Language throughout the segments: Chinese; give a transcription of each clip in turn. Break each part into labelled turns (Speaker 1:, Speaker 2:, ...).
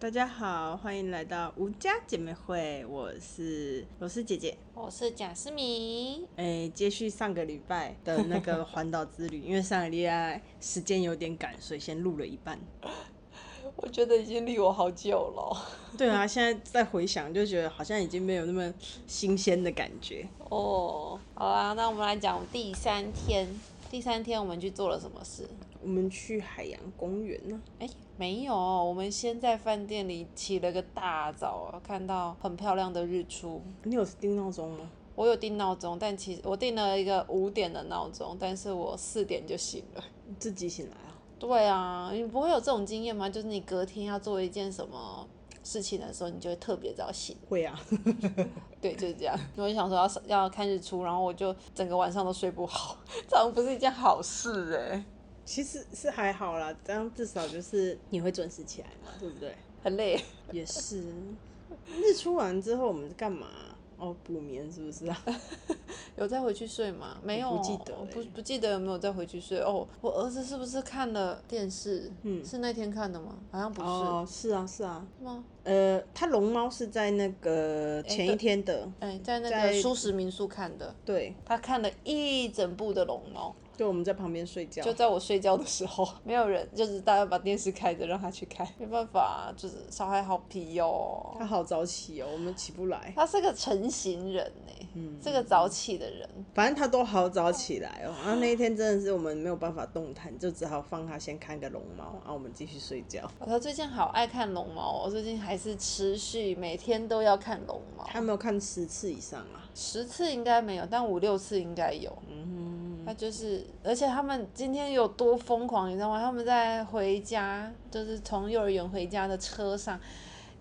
Speaker 1: 大家好，欢迎来到吴家姐妹会，我是我是姐姐。
Speaker 2: 我是贾思明，
Speaker 1: 哎，接续上个礼拜的那个环岛之旅，因为上个礼拜时间有点赶，所以先录了一半。
Speaker 2: 我觉得已经离我好久了。
Speaker 1: 对啊，现在再回想就觉得好像已经没有那么新鲜的感觉。
Speaker 2: 哦，好啦，那我们来讲第三天。第三天我们去做了什么事？
Speaker 1: 我们去海洋公园呢、
Speaker 2: 哎、没有，我们先在饭店里起了个大早啊，看到很漂亮的日出。
Speaker 1: 你有定闹钟吗？
Speaker 2: 我有定闹钟，但其实我定了一个五点的闹钟，但是我四点就醒了。
Speaker 1: 自己醒来啊？
Speaker 2: 对啊，你不会有这种经验吗？就是你隔天要做一件什么事情的时候，你就会特别早醒。
Speaker 1: 会啊，
Speaker 2: 对，就是这样。 我就想说要要看日出，然后我就整个晚上都睡不好， 这好像不是一件好事哎、
Speaker 1: 其实是还好啦，这样至少就是你会准时起来嘛，对不对？
Speaker 2: 很累。
Speaker 1: 也是，日出完之后我们干嘛？哦，补眠是不是 啊？
Speaker 2: 有再回去睡吗？没有，
Speaker 1: 不记得
Speaker 2: 我
Speaker 1: 欸
Speaker 2: 不不记得有没有再回去睡哦。我儿子是不是看了电视？
Speaker 1: 嗯
Speaker 2: 是那天看的吗？好像不是，
Speaker 1: 哦，是啊，是啊。
Speaker 2: 是吗？
Speaker 1: 呃，它龙猫是在那个前一天的，
Speaker 2: 哎、在那
Speaker 1: 在
Speaker 2: 个舒适民宿看的，
Speaker 1: 对，
Speaker 2: 他看了一整部的《龙猫
Speaker 1: 就我们在旁边睡觉》，。
Speaker 2: 就在我睡觉的时候，没有人，就是大家把电视开着让他去看，没办法，啊就是小孩好皮哦。
Speaker 1: 它好早起哦，我们起不来。
Speaker 2: 他是个成型人呢、是个早起的人。
Speaker 1: 反正它都好早起来哦。然后那一天真的是我们没有办法动弹，就只好放它先看个龙猫，然后我们继续睡觉。
Speaker 2: 哦他最近好爱看龙猫哦，我最近还是持续每天都要看龙猫，
Speaker 1: 它没有看十次以上啊。
Speaker 2: 十次应该没有，但五六次应该有。
Speaker 1: 嗯，
Speaker 2: 他就是，而且他们今天有多疯狂，你知道吗？他们在回家，就是从幼儿园回家的车上，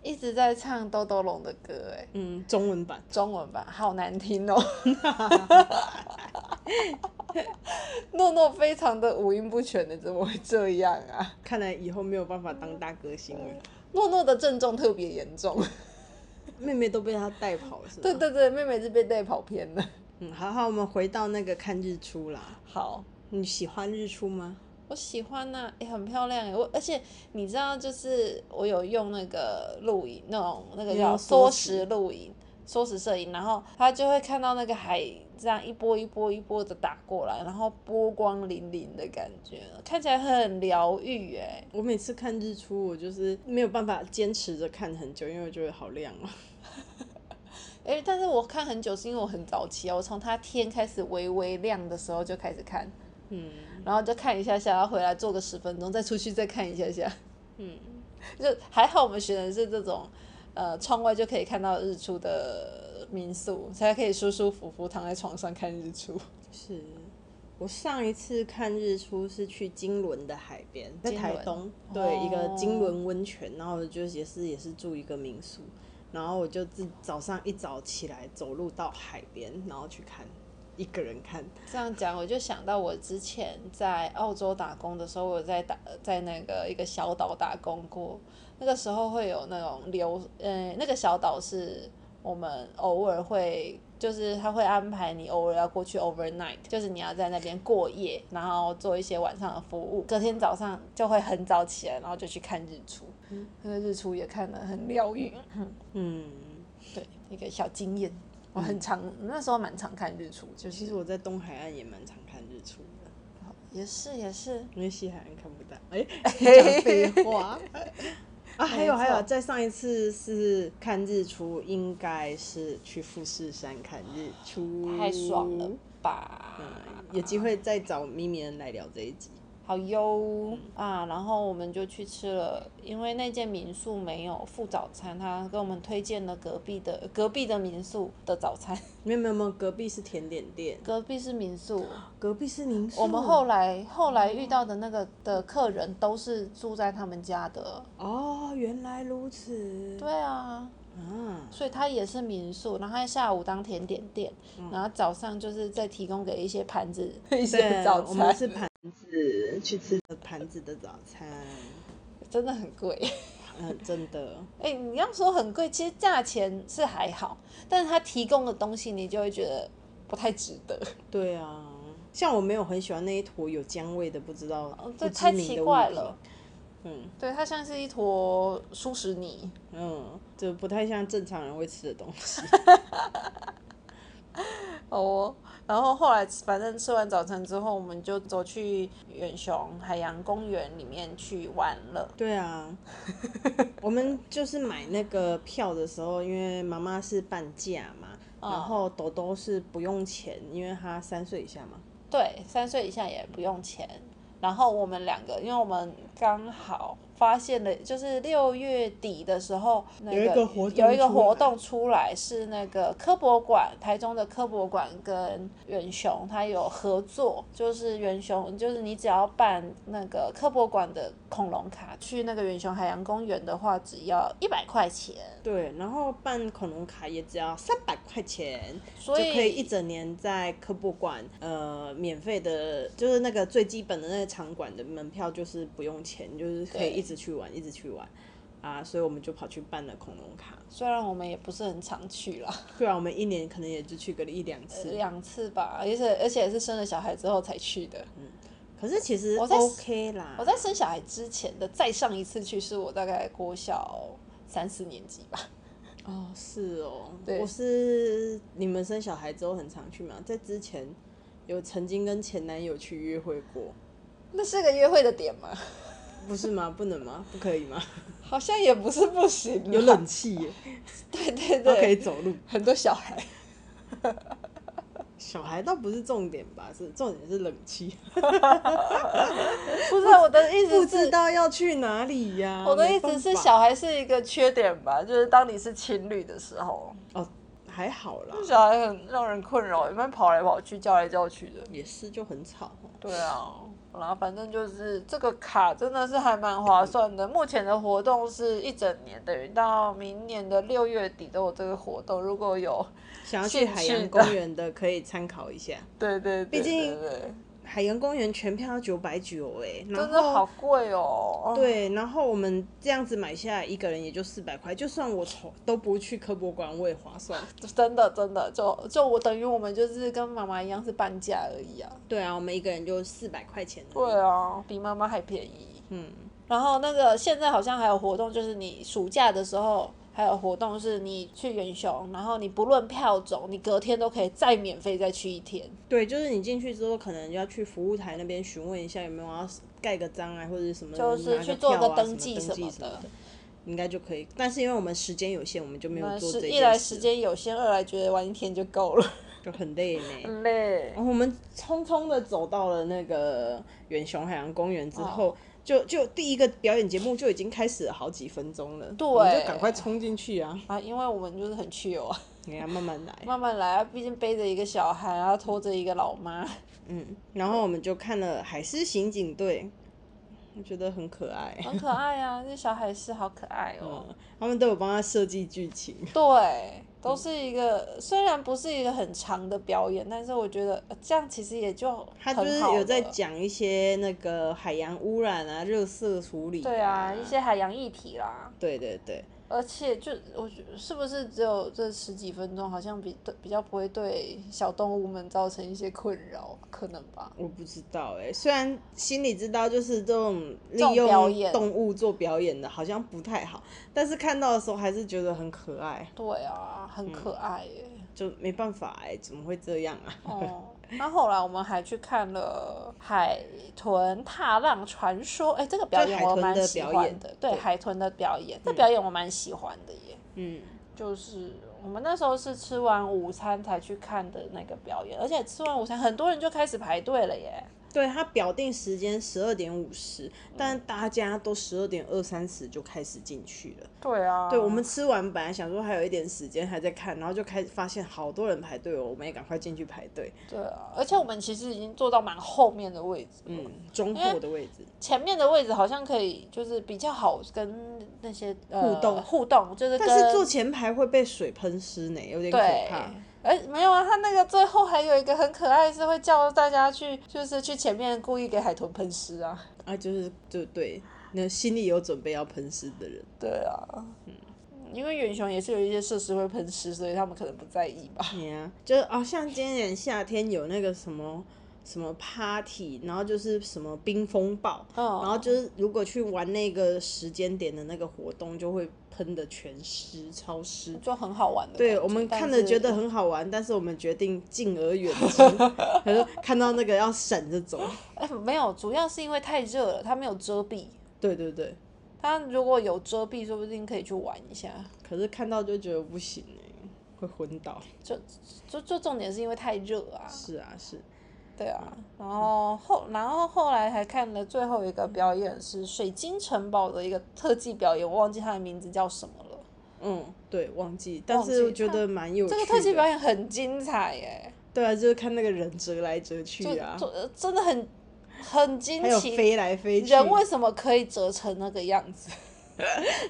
Speaker 2: 一直在唱豆豆龙的歌，哎，
Speaker 1: 嗯，中文版
Speaker 2: 中文版好难听哦。 诺诺非常的五音不全的，怎么会这样啊？
Speaker 1: 看来以后没有办法当大歌星
Speaker 2: 哦
Speaker 1: 了。
Speaker 2: 诺诺的症状特别严重。
Speaker 1: 妹妹都被它带跑了，是吧？
Speaker 2: 对对对，妹妹是被带跑偏了。
Speaker 1: 嗯，好好，我们回到那个看日出啦。
Speaker 2: 好，
Speaker 1: 你喜欢日出吗？
Speaker 2: 我喜欢呐、也、很漂亮耶。欸我而且你知道，就是我有用那个录影，那种那个
Speaker 1: 你用
Speaker 2: 叫
Speaker 1: 缩
Speaker 2: 缩
Speaker 1: 时
Speaker 2: 时录影、嗯缩时摄影，然后他就会看到那个海这样一波一波一波的打过来，然后波光粼粼的感觉，看起来很疗愈哎。
Speaker 1: 我每次看日出，我就是没有办法坚持着看很久，因为我觉得好亮 啊。
Speaker 2: 哎、但是我看很久是因为我很早起啊，我从它天开始微微亮的时候就开始看，
Speaker 1: 嗯
Speaker 2: 然后就看一下下，然后回来做个十分钟，再出去再看一下下。
Speaker 1: 嗯，
Speaker 2: 就还好我们选的是这种，呃，窗外就可以看到日出的民宿，才可以舒舒服服躺在床上看日出。
Speaker 1: 是我上一次看日出是去金轮的海边，在
Speaker 2: 金
Speaker 1: 台
Speaker 2: 轮
Speaker 1: 东，对，一个金
Speaker 2: 哦
Speaker 1: 轮温泉，然后我就也是也是住一个民宿，然后我就自早上一早起来走路到海边，然后去看，一个人看，
Speaker 2: 这样讲，我就想到我之前在澳洲打工的时候，我有在打在那个一个小岛打工过。那个时候会有那种流，呃，那个小岛是我们偶尔会，就是他会安排你偶尔要过去 overnight，就是你要在那边过夜，然后做一些晚上的服务。隔天早上就会很早起来，然后就去看日出。那个日出也看得很疗愈，
Speaker 1: 嗯。
Speaker 2: 对，一个小经验。我很常、那时候蛮常看日出，就
Speaker 1: 其
Speaker 2: 是
Speaker 1: 实我在东海岸也蛮常看日出的，
Speaker 2: 也是也是，
Speaker 1: 因为西海岸看不到。 哎、讲废话啊！还有
Speaker 2: 没错
Speaker 1: 还有，在上一次是看日出，应该是去富士山看日出，
Speaker 2: 太爽了吧！
Speaker 1: 嗯！有机会再找咪咪人来聊这一集。
Speaker 2: 好哟啊！然后我们就去吃了，因为那间民宿没有付早餐，他跟我们推荐了隔壁的隔壁的民宿的早餐。
Speaker 1: 没有没有没有，隔壁是甜点店，
Speaker 2: 隔壁是民宿，
Speaker 1: 隔壁是民宿。
Speaker 2: 我们后来后来遇到的那个的客人都是住在他们家的。
Speaker 1: 哦，原来如此。
Speaker 2: 对啊，
Speaker 1: 啊，
Speaker 2: 所以它也是民宿，然后它下午当甜点店，然后早上就是再提供给一些盘子嗯 一些
Speaker 1: 对，
Speaker 2: 早
Speaker 1: 我们
Speaker 2: 餐，
Speaker 1: 是盘子去吃盘子的早餐，
Speaker 2: 真的很贵。
Speaker 1: 嗯，真的。
Speaker 2: 哎、你要说很贵，其实价钱是还好，但是它提供的东西你就会觉得不太值得，
Speaker 1: 对啊，像我没有很喜欢那一坨有姜味的，不知道
Speaker 2: 哦
Speaker 1: 不
Speaker 2: 这
Speaker 1: 知
Speaker 2: 太
Speaker 1: 名
Speaker 2: 奇
Speaker 1: 的物
Speaker 2: 怪
Speaker 1: 品
Speaker 2: 了。
Speaker 1: 嗯
Speaker 2: 对，它像是一坨舒适泥，
Speaker 1: 嗯，就不太像正常人会吃的东西。
Speaker 2: 好哦，然后后来反正吃完早餐之后，我们就走去远雄海洋公园里面去玩了。
Speaker 1: 对啊， 我们就是买那个票的时候，因为妈妈是半价嘛，
Speaker 2: 嗯
Speaker 1: 然后豆豆是不用钱，因为他三岁以下嘛。
Speaker 2: 对，三岁以下也不用钱。然后我们两个，因为我们刚好发现了，就是六月底的时候，那
Speaker 1: 有一个活动
Speaker 2: 有一个
Speaker 1: 出
Speaker 2: 活
Speaker 1: 来
Speaker 2: 动出来，是那个科博馆，台中的科博馆跟远雄它有合作，就是远雄，就是你只要办那个科博馆的恐龙卡，去那个远雄海洋公园的话，只要一百块钱，
Speaker 1: 对，然后办恐龙卡也只要三百块钱，就
Speaker 2: 所以
Speaker 1: 可以一整年在科博馆呃免费的，就是那个最基本的那个场馆的门票就是不用钱，就是可以
Speaker 2: 对
Speaker 1: 一直去玩，一直去玩。啊，所以我们就跑去办了恐龙卡。
Speaker 2: 虽然我们也不是很常去啦，
Speaker 1: 对啊，我们一年可能也就去个一两次。
Speaker 2: 呃两次吧，而且而且是生了小孩之后才去的。
Speaker 1: 可是其实
Speaker 2: 我在
Speaker 1: OK 啦，
Speaker 2: 我在生小孩之前的再上一次去是我大概国小三四年级吧，
Speaker 1: 哦，是哦，
Speaker 2: 对
Speaker 1: 我是你们生小孩之后很常去嘛，在之前有曾经跟前男友去约会过，
Speaker 2: 那是个约会的点吗？
Speaker 1: 不是吗？不能吗？不可以吗？
Speaker 2: 好像也不是不行啦，
Speaker 1: 有冷气 耶，
Speaker 2: 对对
Speaker 1: 都可以
Speaker 2: 对，
Speaker 1: 走路。
Speaker 2: 很多小孩，
Speaker 1: 小孩倒不是重点吧，是重点是冷 气。
Speaker 2: 不是啊我的意
Speaker 1: 不
Speaker 2: 思
Speaker 1: 知
Speaker 2: 是。
Speaker 1: 道要去哪里呀、
Speaker 2: 我的
Speaker 1: 没
Speaker 2: 意思是，
Speaker 1: 办法
Speaker 2: 小孩是一个缺点吧，就是当你是情侣的时候，
Speaker 1: 哦，还好啦，
Speaker 2: 小孩很让人困扰，因为跑来跑去、叫来叫去的。
Speaker 1: 也是就很吵哦。
Speaker 2: 对啊，然后反正就是这个卡真的是还蛮划算的。目前的活动是一整年，等于到明年的六月底都有这个活动。如果有，
Speaker 1: 想要去
Speaker 2: 兴
Speaker 1: 海
Speaker 2: 趣
Speaker 1: 洋
Speaker 2: 的
Speaker 1: 公园的可以参考一下，
Speaker 2: 对对对
Speaker 1: 毕竟
Speaker 2: 对对
Speaker 1: 海洋公园全票九百九哎，然
Speaker 2: 真的
Speaker 1: 后
Speaker 2: 好贵哦。，
Speaker 1: 对，然后我们这样子买下来，一个人也就四百块，就算我从都不去科博馆，我也划 算。
Speaker 2: 真的真的，就就我等于我们就是跟妈妈一样是半价而已啊。
Speaker 1: 对啊，我们一个人就四百块钱而已。
Speaker 2: 对啊，比妈妈还便宜。
Speaker 1: 嗯，
Speaker 2: 然后那个现在好像还有活动，就是你暑假的时候还有活动，是你去远雄，然后你不论票种，你隔天都可以再免费再去一天。
Speaker 1: 对，就是你进去之后，可能要去服务台那边询问一下有没有要盖个章啊，或者是什么，
Speaker 2: 就是
Speaker 1: 拿
Speaker 2: 去
Speaker 1: 个
Speaker 2: 做
Speaker 1: 票
Speaker 2: 个
Speaker 1: 啊
Speaker 2: 登
Speaker 1: 记
Speaker 2: 记
Speaker 1: 什
Speaker 2: 什么
Speaker 1: 么
Speaker 2: 的。
Speaker 1: 应该就可以。但是因为我们时间有限，我们就没有
Speaker 2: 嗯
Speaker 1: 做这
Speaker 2: 是
Speaker 1: 件
Speaker 2: 一来
Speaker 1: 事
Speaker 2: 时间有限，二来觉得玩一天就够 了，
Speaker 1: 就很累呢。
Speaker 2: 很累
Speaker 1: 然。后我们匆匆的走到了那个远雄海洋公园之后，
Speaker 2: 哦
Speaker 1: 就就第一个表演节目就已经开始了好几分钟了，我们就赶快冲进去啊！
Speaker 2: 啊，因为我们就是很去游啊，
Speaker 1: 你要慢慢来，
Speaker 2: 慢慢来啊，毕竟背着一个小孩啊，拖着一个老妈，
Speaker 1: 嗯，然后我们就看了《海狮刑警队》，我觉得很可爱，
Speaker 2: 很可爱啊，这小海狮好可爱哦。
Speaker 1: 嗯， 他们都有帮他设计剧情，
Speaker 2: 对，都是一个虽然不是一个很长的表演，但是我觉得呃这样其实也就
Speaker 1: 他
Speaker 2: 很
Speaker 1: 就
Speaker 2: 好
Speaker 1: 是有在
Speaker 2: 了。
Speaker 1: 讲一些那个海洋污染啊、热色处理、
Speaker 2: 对啊，一些海洋议题啦，
Speaker 1: 对对对，
Speaker 2: 而且就我觉得是不是只有这十几分钟，好像比对比较不会对小动物们造成一些困扰，可能吧。
Speaker 1: 我不知道哎、虽然心里知道就是这种利
Speaker 2: 种表
Speaker 1: 用
Speaker 2: 演
Speaker 1: 动物做表演的好像不太好，但是看到的时候还是觉得很可爱，
Speaker 2: 对啊，很可爱 耶。
Speaker 1: 就没办法哎、怎么会这样啊？
Speaker 2: 哦，那后来我们还去看了海豚踏浪传说，哎，这个表演
Speaker 1: 这海
Speaker 2: 我
Speaker 1: 豚的
Speaker 2: 蛮喜
Speaker 1: 表
Speaker 2: 欢
Speaker 1: 演
Speaker 2: 的。
Speaker 1: 对
Speaker 2: 对，嗯海豚的表演，这表演我蛮喜欢的耶。
Speaker 1: 嗯，
Speaker 2: 就是我们那时候是吃完午餐才去看的那个表演，而且吃完午餐很多人就开始排队了耶。
Speaker 1: 对他表定时间十二点五十，但大家都十二点二三十就开始进去了。
Speaker 2: 对啊，
Speaker 1: 对我们吃完本来想说还有一点时间还在看，然后就开始发现好多人排队哦，我们也赶快进去排队。
Speaker 2: 对啊，而且我们其实已经坐到蛮后面的位置，
Speaker 1: 嗯，中后的位置。
Speaker 2: 前面的位置好像可以就是比较好跟那些、呃、
Speaker 1: 互动
Speaker 2: 互动，就是
Speaker 1: 但是
Speaker 2: 跟
Speaker 1: 坐前排会被水喷湿呢，有点可
Speaker 2: 对
Speaker 1: 怕。，
Speaker 2: 哎，没有啊，他那个最后还有一个很可爱，是会叫大家去，就是去前面故意给海豚喷湿啊。
Speaker 1: 啊，就是就对，那心里有准备要喷湿的人，
Speaker 2: 对啊，
Speaker 1: 嗯
Speaker 2: 因为远雄也是有一些设施会喷湿，所以他们可能不在意吧。
Speaker 1: 你啊，就是哦，像今年夏天有那个什么什么 party，然后就是什么冰风暴，然后就是如果去玩那个时间点的那个活动，就会喷的全湿、超湿。
Speaker 2: 就很好玩的感觉。
Speaker 1: 对我们看
Speaker 2: 但
Speaker 1: 了
Speaker 2: 是
Speaker 1: 觉得很好玩，但是我们决定敬而远 之，他说看到那个要闪着走。
Speaker 2: 哎、没有，主要是因为太热了，它没有遮蔽。
Speaker 1: 对对对，
Speaker 2: 它如果有遮蔽，说不定可以去玩一下。
Speaker 1: 可是看到就觉得不行哎、会昏 倒。
Speaker 2: 就就重点是因为太热啊，
Speaker 1: 是啊是，
Speaker 2: 对啊。然后后然后后来还看了最后一个表演是水晶城堡的一个特技表演，我忘记它的名字叫什么了。
Speaker 1: 嗯，对，忘记，但
Speaker 2: 忘
Speaker 1: 是我
Speaker 2: 记
Speaker 1: 觉
Speaker 2: 它
Speaker 1: 得蛮有趣
Speaker 2: 这
Speaker 1: 的。
Speaker 2: 个特技表演很精彩耶，
Speaker 1: 对啊，就是看那个人折来折去
Speaker 2: 就
Speaker 1: 啊，
Speaker 2: 就呃真的很很惊
Speaker 1: 还有
Speaker 2: 奇。
Speaker 1: 飞来飞去，
Speaker 2: 人为什么可以折成那个样子？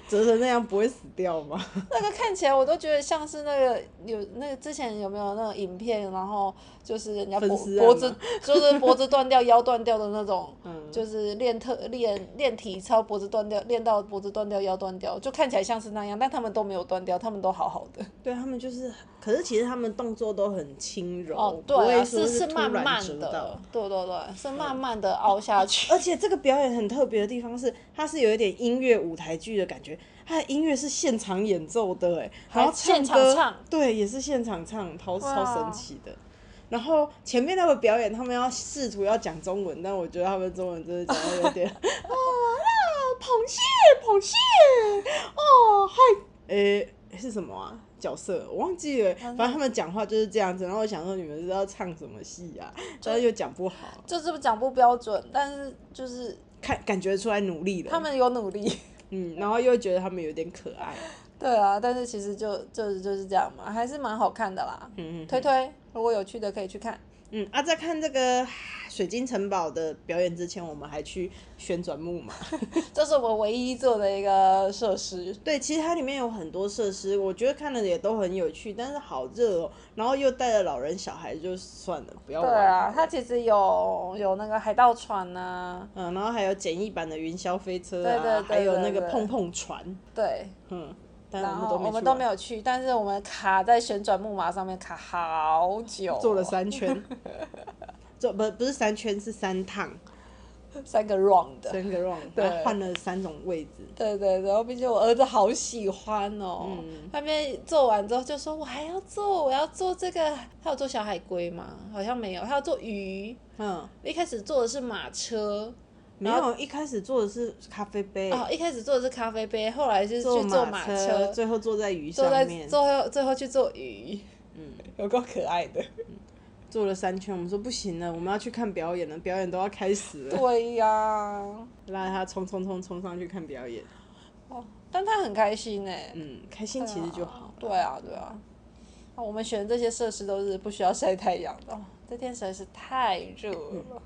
Speaker 1: 折成那样不会死掉 吗？
Speaker 2: 那个看起来我都觉得像是那个有那个之前有没有那种影片，然后就是人家脖
Speaker 1: 分尸案
Speaker 2: 脖
Speaker 1: 吗
Speaker 2: 子就是脖子断掉、腰断掉的那种，
Speaker 1: 嗯
Speaker 2: 就是练特练练体操，脖子断掉，练到脖子断掉、腰断掉，就看起来像是那样，但他们都没有断掉，他们都好好的。
Speaker 1: 对他们就是，可是其实他们动作都很轻柔，
Speaker 2: 哦，
Speaker 1: 不
Speaker 2: 对、
Speaker 1: 会
Speaker 2: 啊，
Speaker 1: 说
Speaker 2: 是
Speaker 1: 突
Speaker 2: 慢
Speaker 1: 然嗯
Speaker 2: 慢
Speaker 1: 折
Speaker 2: 的
Speaker 1: 到。，
Speaker 2: 对对对，是慢慢的凹下去。
Speaker 1: 而且这个表演很特别的地方是，它是有一点音乐舞台剧的感觉，它的音乐是现场演奏的，哎，
Speaker 2: 还
Speaker 1: 然后
Speaker 2: 现
Speaker 1: 唱
Speaker 2: 场
Speaker 1: 歌，
Speaker 2: 唱
Speaker 1: 对，也是现场唱，超超
Speaker 2: 哇
Speaker 1: 神奇的。然后前面那个表演，他们要试图要讲中文，但我觉得他们中文真的讲的有 点啊啊，螃蟹，螃蟹，哦，嗨，诶，是什么啊？角色我忘记了，反正他们讲话就是这样子。然后我想说，你们是要唱什么戏啊？但是又讲不好，
Speaker 2: 就是讲不标准，但是就是
Speaker 1: 看感觉出来努力了。
Speaker 2: 他们有努力。
Speaker 1: 嗯，然后又觉得他们有点可爱，
Speaker 2: 对啊，但是其实就就是就是这样嘛，还是蛮好看的啦。
Speaker 1: 嗯嗯
Speaker 2: 推推，如果有趣的可以去看。
Speaker 1: 嗯啊，在看这个水晶城堡的表演之前，我们还去旋转木马。
Speaker 2: 这是我唯一做的一个设施，
Speaker 1: 对，其实它里面有很多设施，我觉得看了也都很有趣，但是好热哦，然后又带了老人小孩，就算了，不要
Speaker 2: 对
Speaker 1: 玩。
Speaker 2: 啊，它其实有有那个海盗船啊呐、
Speaker 1: 嗯，然后还有简易版的云霄飞车
Speaker 2: 对
Speaker 1: 啊，
Speaker 2: 对对
Speaker 1: 还有
Speaker 2: 对
Speaker 1: 那个
Speaker 2: 对
Speaker 1: 碰碰船，
Speaker 2: 对，
Speaker 1: 嗯，但
Speaker 2: 然后
Speaker 1: 我
Speaker 2: 我
Speaker 1: 们
Speaker 2: 们
Speaker 1: 都
Speaker 2: 都
Speaker 1: 没
Speaker 2: 没
Speaker 1: 有去玩。
Speaker 2: 有去，但是我们卡在旋转木马上面卡好久哦，
Speaker 1: 坐了三 圈，坐不不是三圈是三趟，
Speaker 2: 三个 round 的，
Speaker 1: 三个 round，
Speaker 2: 对
Speaker 1: 然后换了三种位置，
Speaker 2: 对对对，然后并且我儿子好喜欢哦，
Speaker 1: 嗯
Speaker 2: 他们做完之后就说我还要做，我要做这个，他有做小海龟吗？好像没有，他要做鱼，
Speaker 1: 嗯，
Speaker 2: 一开始做的是马车，
Speaker 1: 没有，一开始坐的是咖啡杯，
Speaker 2: 哦，一开始做的是咖啡杯，后来是去
Speaker 1: 坐
Speaker 2: 坐
Speaker 1: 马
Speaker 2: 车，
Speaker 1: 最后坐在鱼
Speaker 2: 坐在
Speaker 1: 上面，
Speaker 2: 最后最后去做鱼，嗯，有够可爱的。
Speaker 1: 嗯坐了三圈。我们说不行了，我们要去看表演了，表演都要开始了，
Speaker 2: 对啊呀、
Speaker 1: 拉他冲冲冲冲上去看表演。
Speaker 2: 哦，但他很开心呢、
Speaker 1: 嗯，开心其实就好。
Speaker 2: 对啊，对啊。啊我们选这些设施都是不需要晒太阳的，哦这天实在是太热
Speaker 1: 嗯
Speaker 2: 了。啊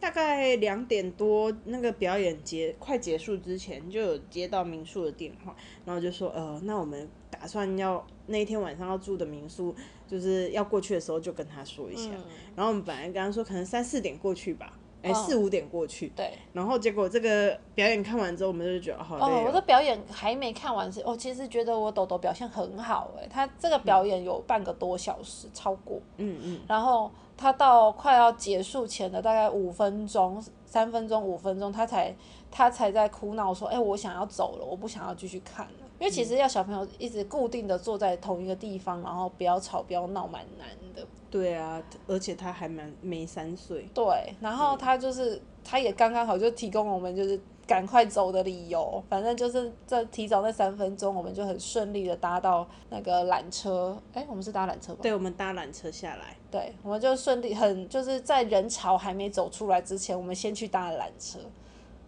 Speaker 1: 大概两点多，那个表演结快结束之前，就有接到民宿的电话，然后就说，呃，那我们打算要那一天晚上要住的民宿，就是要过去的时候就跟他说一下。
Speaker 2: 嗯
Speaker 1: 然后我们本来跟他说可能三四点过去吧，哎、四五点过去。
Speaker 2: 对，
Speaker 1: 然后结果这个表演看完之后，我们就觉得哦好累
Speaker 2: 哦，我
Speaker 1: 哦
Speaker 2: 的表演还没看完是，我、哦其实觉得我豆豆表现很好哎、他这个表演有半个多小时超过，
Speaker 1: 嗯嗯，
Speaker 2: 然后他到快要结束前的大概五分钟、三分钟、五分钟，他才他才在哭闹说：“哎、我想要走了，我不想要继续看了。”因为其
Speaker 1: 嗯
Speaker 2: 实要小朋友一直固定的坐在同一个地方，然后不要吵、不要闹，蛮难的。
Speaker 1: 对啊，而且他还蛮没三岁，
Speaker 2: 对，然后
Speaker 1: 嗯
Speaker 2: 他就是、他也刚刚好就提供我们就是赶快走的理由，反正就是这提早那三分钟，我们就很顺利的搭到那个缆车，哎，我们是搭缆车吧？
Speaker 1: 对我们搭缆车下来，
Speaker 2: 对，我们就顺利很就是在人潮还没走出来之前，我们先去搭缆车，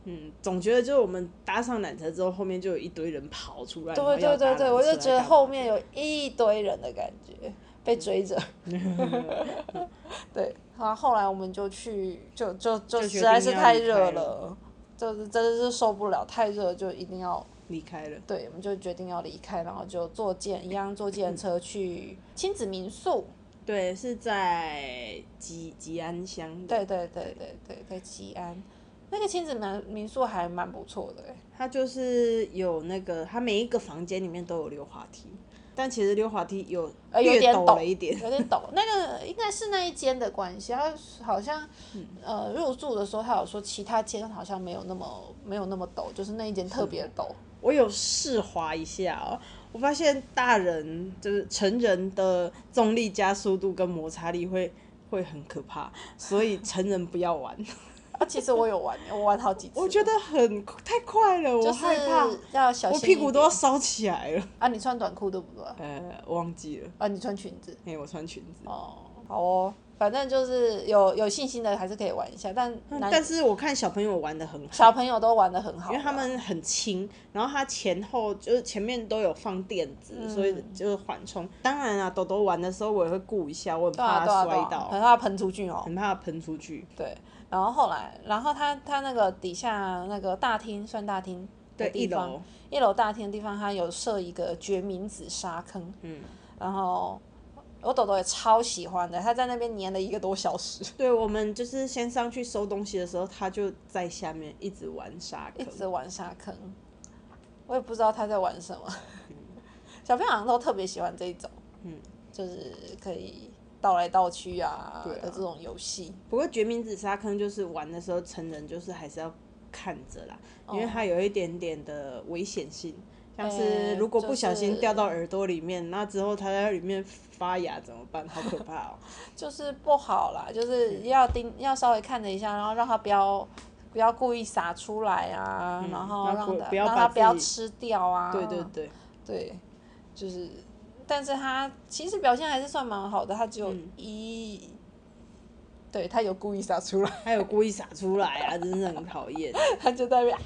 Speaker 1: 嗯，总觉得就是我们搭上缆车之后，后面就有一堆人跑出来，
Speaker 2: 对对对对，我就觉得后面
Speaker 1: 有，
Speaker 2: 有一堆人的感觉，被追 着。对，然后后来我们就去，就就就
Speaker 1: 就决
Speaker 2: 实在
Speaker 1: 定
Speaker 2: 是
Speaker 1: 要
Speaker 2: 太
Speaker 1: 离
Speaker 2: 热
Speaker 1: 开
Speaker 2: 了，就是真的是受不了，太热就一定要，
Speaker 1: 离开了，
Speaker 2: 对，我们就决定要离开，然后就坐电一样坐电车去亲子民宿。
Speaker 1: 对，是在吉吉安乡，
Speaker 2: 对，对对对对，在吉安那个亲子民民宿还蛮不错的、欸，
Speaker 1: 它就是有那个，它每一个房间里面都有溜滑梯，但其实溜滑梯有
Speaker 2: 呃有
Speaker 1: 略
Speaker 2: 点
Speaker 1: 抖
Speaker 2: 抖
Speaker 1: 了一点，
Speaker 2: 有点抖。那个应该是那一间的关系，他好像
Speaker 1: 嗯
Speaker 2: 呃入住的时候，他有说其他间好像没有那么没有那么抖，就是那一间特别抖。
Speaker 1: 我有试滑一下哦，我发现大人就是成人的重力加速度跟摩擦力会会很可怕，所以成人不要玩，
Speaker 2: 啊，其实我有玩，我玩好几次。
Speaker 1: 我觉得很太快了，我
Speaker 2: 就是
Speaker 1: 害怕，
Speaker 2: 要小
Speaker 1: 我
Speaker 2: 心一
Speaker 1: 屁
Speaker 2: 点。
Speaker 1: 股都要烧起来了。
Speaker 2: 啊，你穿短裤对不对？
Speaker 1: 呃，我忘记了，
Speaker 2: 啊，你穿裙子。
Speaker 1: 哎、我穿裙子。
Speaker 2: 哦，好哦，反正就是有有信心的还是可以玩一下，但
Speaker 1: 嗯
Speaker 2: 男
Speaker 1: 但是我看小朋友玩的很好，
Speaker 2: 小朋友都玩的很好
Speaker 1: 因
Speaker 2: 啦，啊
Speaker 1: 为他们很轻，然后他前后就是前面都有放垫子，
Speaker 2: 嗯
Speaker 1: 所以就是缓冲。当然啊，抖抖玩的时候我也会顾一下，我很
Speaker 2: 对啊
Speaker 1: 怕
Speaker 2: 对
Speaker 1: 他
Speaker 2: 啊对
Speaker 1: 摔
Speaker 2: 啊，
Speaker 1: 倒，
Speaker 2: 很怕喷出去哦。
Speaker 1: 很怕喷出去。
Speaker 2: 对，然后后来，然后他他那个底下那个大厅算大厅的
Speaker 1: 对，一
Speaker 2: 地方，
Speaker 1: 楼，
Speaker 2: 一楼大厅的地方，他有设一个决明子沙坑，
Speaker 1: 嗯，
Speaker 2: 然后我豆豆也超喜欢的，他在那边黏了一个多小时，
Speaker 1: 对，我们就是先上去收东西的时候，他就在下面一直玩沙
Speaker 2: 一
Speaker 1: 坑。
Speaker 2: 直玩沙坑，我也不知道他在玩什么。 小朋友好像都特别喜欢这一种，
Speaker 1: 嗯，
Speaker 2: 就是可以倒来倒去啊
Speaker 1: 对啊
Speaker 2: 的这种游戏。
Speaker 1: 不过决明子沙坑就是玩的时候，成人就是还是要看着啦，因为
Speaker 2: 哦
Speaker 1: 它有一点点的危险性。像是
Speaker 2: 哎
Speaker 1: 如果
Speaker 2: 就
Speaker 1: 不小心
Speaker 2: 是
Speaker 1: 掉到耳朵里面，那之后它在里面发芽怎么办？好可怕哦！
Speaker 2: 就是不好啦，就是
Speaker 1: 嗯
Speaker 2: 要盯，要稍微看着一下，然后让他不要不要故意撒出来啊，
Speaker 1: 嗯
Speaker 2: 然后
Speaker 1: 那
Speaker 2: 让
Speaker 1: 不
Speaker 2: 他
Speaker 1: 不要
Speaker 2: 让
Speaker 1: 把
Speaker 2: 他
Speaker 1: 自
Speaker 2: 不要
Speaker 1: 己
Speaker 2: 吃掉啊。
Speaker 1: 对对对，
Speaker 2: 对就是，但是他其实表现还是算蛮好的，他只有
Speaker 1: 嗯
Speaker 2: 一，对他有故意撒出来，
Speaker 1: 还有故意撒出来啊，真是很讨厌。
Speaker 2: 他就在那边啊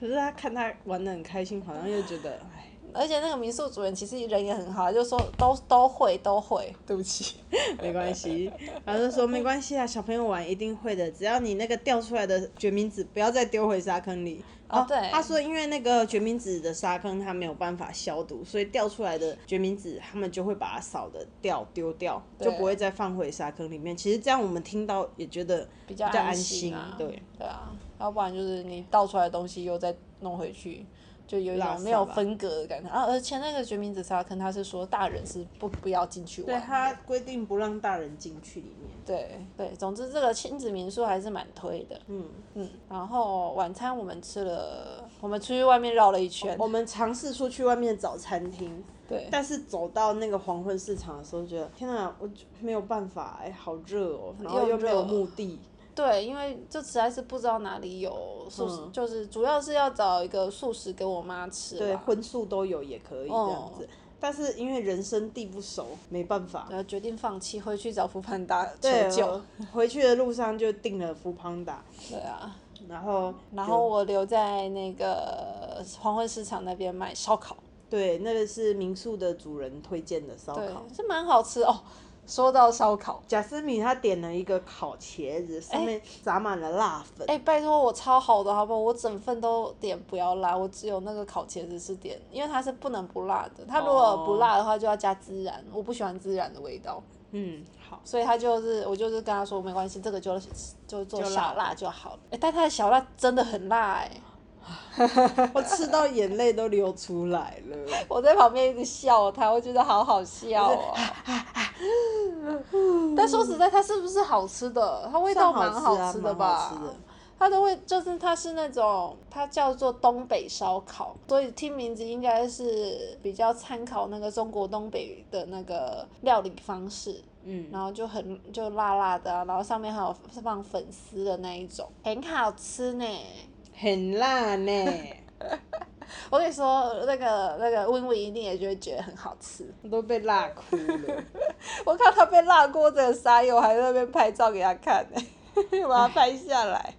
Speaker 1: 可是他看他玩的很开心，好像又觉得，哎，
Speaker 2: 而且那个民宿主人其实人也很好，就说都都会都会，对不起，
Speaker 1: 没关系。然后就说没关系啊，小朋友玩一定会的，只要你那个掉出来的决明子不要再丢回沙坑里。
Speaker 2: 哦 对
Speaker 1: 他说因为那个决明子的沙坑它没有办法消毒，所以掉出来的决明子他们就会把它扫的掉丢掉，
Speaker 2: 对
Speaker 1: 就不会再放回沙坑里面。其实这样我们听到也觉得
Speaker 2: 比较
Speaker 1: 比较安
Speaker 2: 心啊
Speaker 1: 心，对
Speaker 2: 对啊，要不然就是你倒出来的东西又再弄回去，就有一
Speaker 1: 垃圾
Speaker 2: 种
Speaker 1: 吧
Speaker 2: 没有分隔的感觉。啊，而且那个决明子沙坑，他是说大人是不不要进去玩
Speaker 1: 对
Speaker 2: 的，
Speaker 1: 他规定不让大人进去里面。
Speaker 2: 对对，总之这个亲子民宿还是蛮推的，
Speaker 1: 嗯，
Speaker 2: 嗯。然后晚餐我们吃了，我们出去外面绕了一圈，
Speaker 1: 哦我 们尝试出去外面找餐厅，
Speaker 2: 对，
Speaker 1: 但是走到那个黄昏市场的时候，觉得天哪，我就没有办法哎、好热哦、然后
Speaker 2: 又
Speaker 1: 又没有
Speaker 2: 热
Speaker 1: 目的，
Speaker 2: 对，因为就实在是不知道哪里有素食，
Speaker 1: 嗯
Speaker 2: 就是主要是要找一个素食给我妈吃啦，
Speaker 1: 对，荤素都有也可以这样子。
Speaker 2: 哦
Speaker 1: 但是因为人生地不熟，没办法。
Speaker 2: 然后决定放弃，回去找福潘达求
Speaker 1: 对，哦
Speaker 2: 救
Speaker 1: 我，回去的路上就订了福胖达，
Speaker 2: 对 啊。
Speaker 1: 然后
Speaker 2: 然
Speaker 1: 就
Speaker 2: 后我留在那个黄昏市场那边买烧烤，
Speaker 1: 对，那个是民宿的主人推荐的烧
Speaker 2: 对
Speaker 1: 烤。，
Speaker 2: 是蛮好吃哦。说到烧烤，
Speaker 1: 贾斯敏她点了一个烤茄子，上
Speaker 2: 哎
Speaker 1: 面撒满了辣粉。
Speaker 2: 哎、拜托我超好的好不好？我整份都点不要辣，我只有那个烤茄子是点，因为它是不能不辣的，它如果
Speaker 1: 哦
Speaker 2: 不辣的话就要加孜然，我不喜欢孜然的味道，
Speaker 1: 嗯，好，
Speaker 2: 所以他就是我就是跟他说没关系，这个就就做
Speaker 1: 就
Speaker 2: 小
Speaker 1: 辣
Speaker 2: 辣就好了。哎、但他的小辣真的很辣哎、
Speaker 1: 我吃到眼泪都流出来了。
Speaker 2: 我在旁边一直笑他，我觉得好好笑哦。 但说实在，它是不是好吃的？它味道蛮好吃的
Speaker 1: 算
Speaker 2: 吧
Speaker 1: 好吃啊蛮好吃的？
Speaker 2: 它的味就是它是那种，它叫做东北烧烤，所以听名字应该是比较参考那个中国东北的那个料理方式，
Speaker 1: 嗯，
Speaker 2: 然后就很就辣辣的、啊，然后上面还有放粉丝的那一种，很好吃呢。
Speaker 1: 很辣呢。
Speaker 2: 我跟你说，那个那个 Win Win 一定也就会觉得很好吃。
Speaker 1: 都被辣哭了。
Speaker 2: 我看他被辣锅这个沙友，我还在那边拍照给他看呢、 把他拍下来，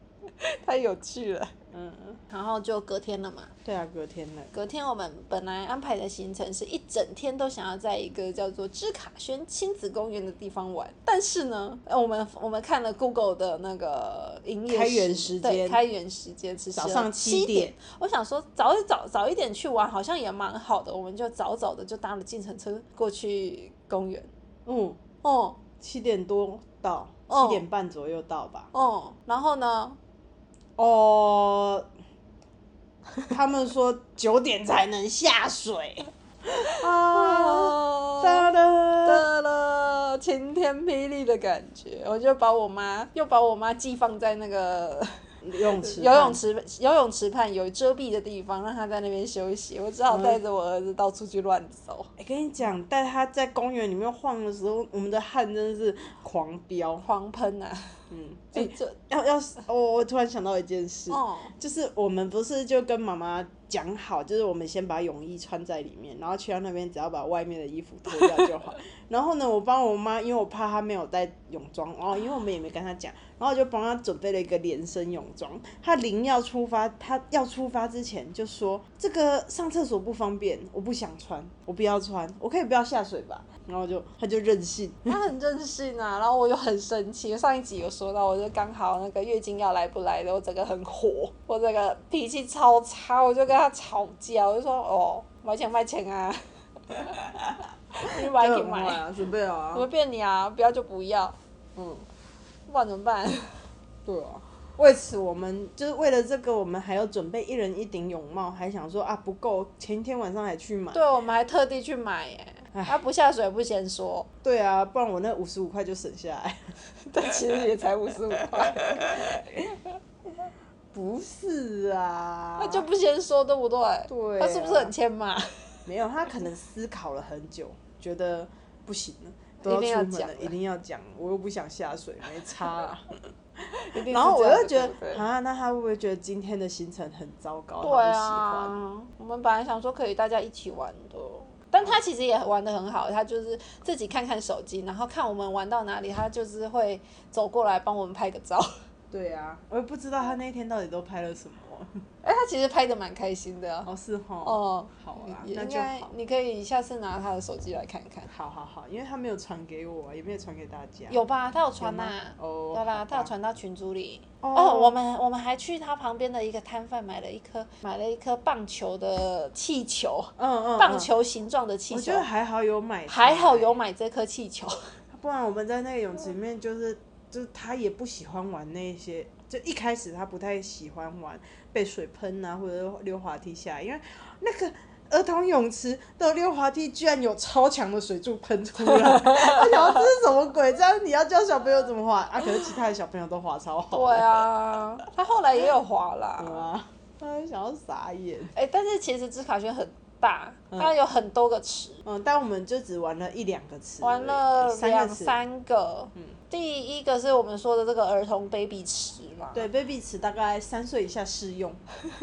Speaker 2: 太有趣了。
Speaker 1: 嗯，
Speaker 2: 然后就隔天了嘛，
Speaker 1: 对啊，隔天了。
Speaker 2: 隔天我们本来安排的行程是一整天都想要在一个叫做芝卡轩亲子公园的地方玩，但是呢，呃我们我们看了 Google 的那个营业
Speaker 1: 开园时间
Speaker 2: 对开园时间是
Speaker 1: 早上
Speaker 2: 七
Speaker 1: 7
Speaker 2: 点
Speaker 1: 点，
Speaker 2: 我想说早一早早一点去玩好像也蛮好的，我们就早早的就搭了计程车过去公园，
Speaker 1: 嗯，
Speaker 2: 哦、
Speaker 1: 七点多到，
Speaker 2: 哦
Speaker 1: 七点半左右到吧。
Speaker 2: 哦，然后呢？
Speaker 1: 哦， 他们说九点才能下水。啊！
Speaker 2: 啊，
Speaker 1: 哒哒！
Speaker 2: 得了，晴天霹雳的感觉，我就把我妈又把我妈寄放在那个
Speaker 1: 游泳池，
Speaker 2: 游泳，池游泳池畔有遮蔽的地方，让她在那边休息，我只好
Speaker 1: 嗯
Speaker 2: 带着我儿子到处去乱走，
Speaker 1: 哎、跟你讲，带他在公园里面晃的时候，我们的汗真的是狂飙。
Speaker 2: 狂喷啊！
Speaker 1: 嗯，
Speaker 2: 就
Speaker 1: 哎、
Speaker 2: 就
Speaker 1: 要要是，我、我突然想到一件事，
Speaker 2: 哦，
Speaker 1: 就是我们不是就跟妈妈讲好，就是我们先把泳衣穿在里面，然后去到那边只要把外面的衣服脱掉就好。然后呢，我帮我妈，因为我怕她没有带泳装，哦，因为我们也没跟她讲，然后我就帮她准备了一个连身泳装。她临要出发，她要出发之前就说这个上厕所不方便，我不想穿，我不要穿，我可以不要下水吧？然后就她就任性，
Speaker 2: 他很任性啊，然后我又很生气。上一集有说到，我就刚好那个月经要来不来的，我整个很火，我整个脾气超差，我就跟他吵架，我就说哦，买钱买钱啊，你买
Speaker 1: 就
Speaker 2: 给
Speaker 1: 很坏
Speaker 2: 买，
Speaker 1: 啊，随便
Speaker 2: 我会
Speaker 1: 啊，
Speaker 2: 变你啊，不要就不要，
Speaker 1: 嗯。
Speaker 2: 不然怎么办？
Speaker 1: 对啊，为此我们就是为了这个，我们还要准备一人一顶泳帽，还想说啊不够，前一天晚上还去买。
Speaker 2: 对，我们还特地去买耶、
Speaker 1: 唉
Speaker 2: 他、不下水不先说，
Speaker 1: 对啊，不然我那五十五块就省下 来。
Speaker 2: 但其实也才五十五 块，
Speaker 1: 不是啊，
Speaker 2: 他就不先说，对不对？
Speaker 1: 对啊
Speaker 2: 他是不是很欠骂？
Speaker 1: 没有，他可能思考了很久，觉得不行了。都
Speaker 2: 一定要
Speaker 1: 要出门
Speaker 2: 讲
Speaker 1: 了，
Speaker 2: 了
Speaker 1: 一定要讲，我又不想下水，没差、 啊。
Speaker 2: 一定是
Speaker 1: 然后我
Speaker 2: 这样
Speaker 1: 又觉
Speaker 2: 对不
Speaker 1: 得
Speaker 2: 对
Speaker 1: 啊，那他会不会觉得今天的行程很糟糕？他不
Speaker 2: 对
Speaker 1: 喜欢。
Speaker 2: 啊，我们本来想说可以大家一起玩的，但他其实也玩的很好，他就是自己看看手机，然后看我们玩到哪里，他就是会走过来帮我们拍个照。
Speaker 1: 对啊，我也不知道他那天到底都拍了什么。
Speaker 2: 哎、他其实拍的蛮开心的啊、
Speaker 1: 哦，是哈。
Speaker 2: 哦，
Speaker 1: 好啊，
Speaker 2: 也
Speaker 1: 那
Speaker 2: 应
Speaker 1: 就
Speaker 2: 该
Speaker 1: 好。
Speaker 2: 你可以下次拿他的手机来看看，
Speaker 1: 好好好，因为他没有传给我啊，也没有传给大家。
Speaker 2: 有吧？他有传
Speaker 1: 吗
Speaker 2: 呐、
Speaker 1: 哦，
Speaker 2: 对啦，
Speaker 1: 好
Speaker 2: 他有
Speaker 1: 吧
Speaker 2: 传到群组里。
Speaker 1: 哦
Speaker 2: 哦，我们我们还去他旁边的一个摊贩买了一颗买了一颗棒球的气球，
Speaker 1: 嗯嗯，
Speaker 2: 棒
Speaker 1: 嗯，
Speaker 2: 球形状的气
Speaker 1: 我
Speaker 2: 球
Speaker 1: 觉，得还好有买，
Speaker 2: 还好有，买这颗气球。
Speaker 1: 不然我们在那个泳池里面就是就是他也不喜欢玩那些，就一开始他不太喜欢玩被水喷啊，或者是溜滑梯下来，因为那个。儿童泳池的溜滑梯居然有超强的水柱喷出来， 我想说这是什么鬼？这样你要教小朋友怎么滑啊？可是其他的小朋友都滑超好，
Speaker 2: 对啊，他后来也有滑啦。
Speaker 1: 啊，他想要傻眼。
Speaker 2: 哎、但是其实芝卡圈很大，它有很多个池，
Speaker 1: 嗯，但我们就只玩了一两个池而已，
Speaker 2: 玩了
Speaker 1: 三
Speaker 2: 两
Speaker 1: 个池，嗯
Speaker 2: 三个。第一个是我们说的这个儿童 baby 池嘛，
Speaker 1: 对，baby 池大概三岁以下适 用